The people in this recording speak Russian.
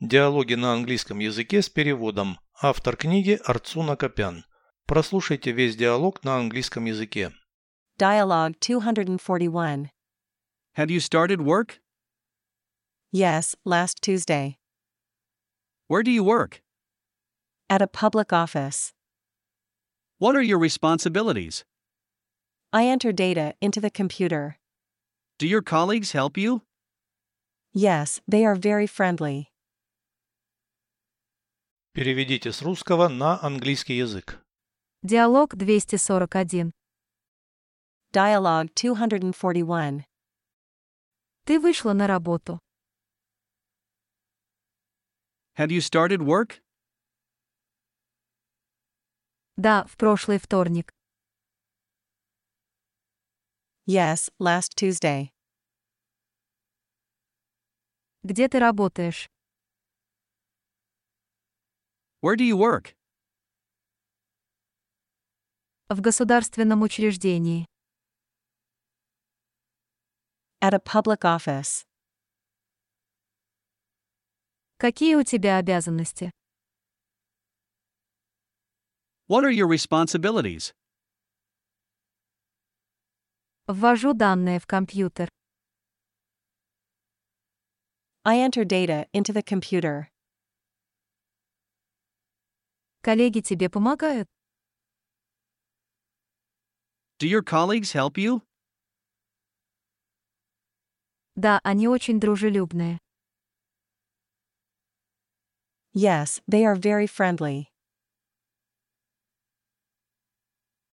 Диалоги на английском языке с переводом. Автор книги Арцуна Копян. Прослушайте весь диалог на английском языке. Dialogue 241. Have you started work? Yes, last Tuesday. Where do you work? At a public office. What are your responsibilities? I enter data into the computer. Do your colleagues help you? Yes, they are very friendly. Переведите с русского на английский язык. Диалог 241. Dialogue 241. Ты вышла на работу. Have you started work? Да, в прошлый вторник. Yes, last Tuesday. Где ты работаешь? Where do you work? В государственном учреждении. At a public office. Какие у тебя обязанности? What are your responsibilities? Ввожу данные в компьютер. I enter data into the computer. Коллеги тебе помогают? Do your colleagues help you? Да, они очень дружелюбные. Yes, they are very friendly.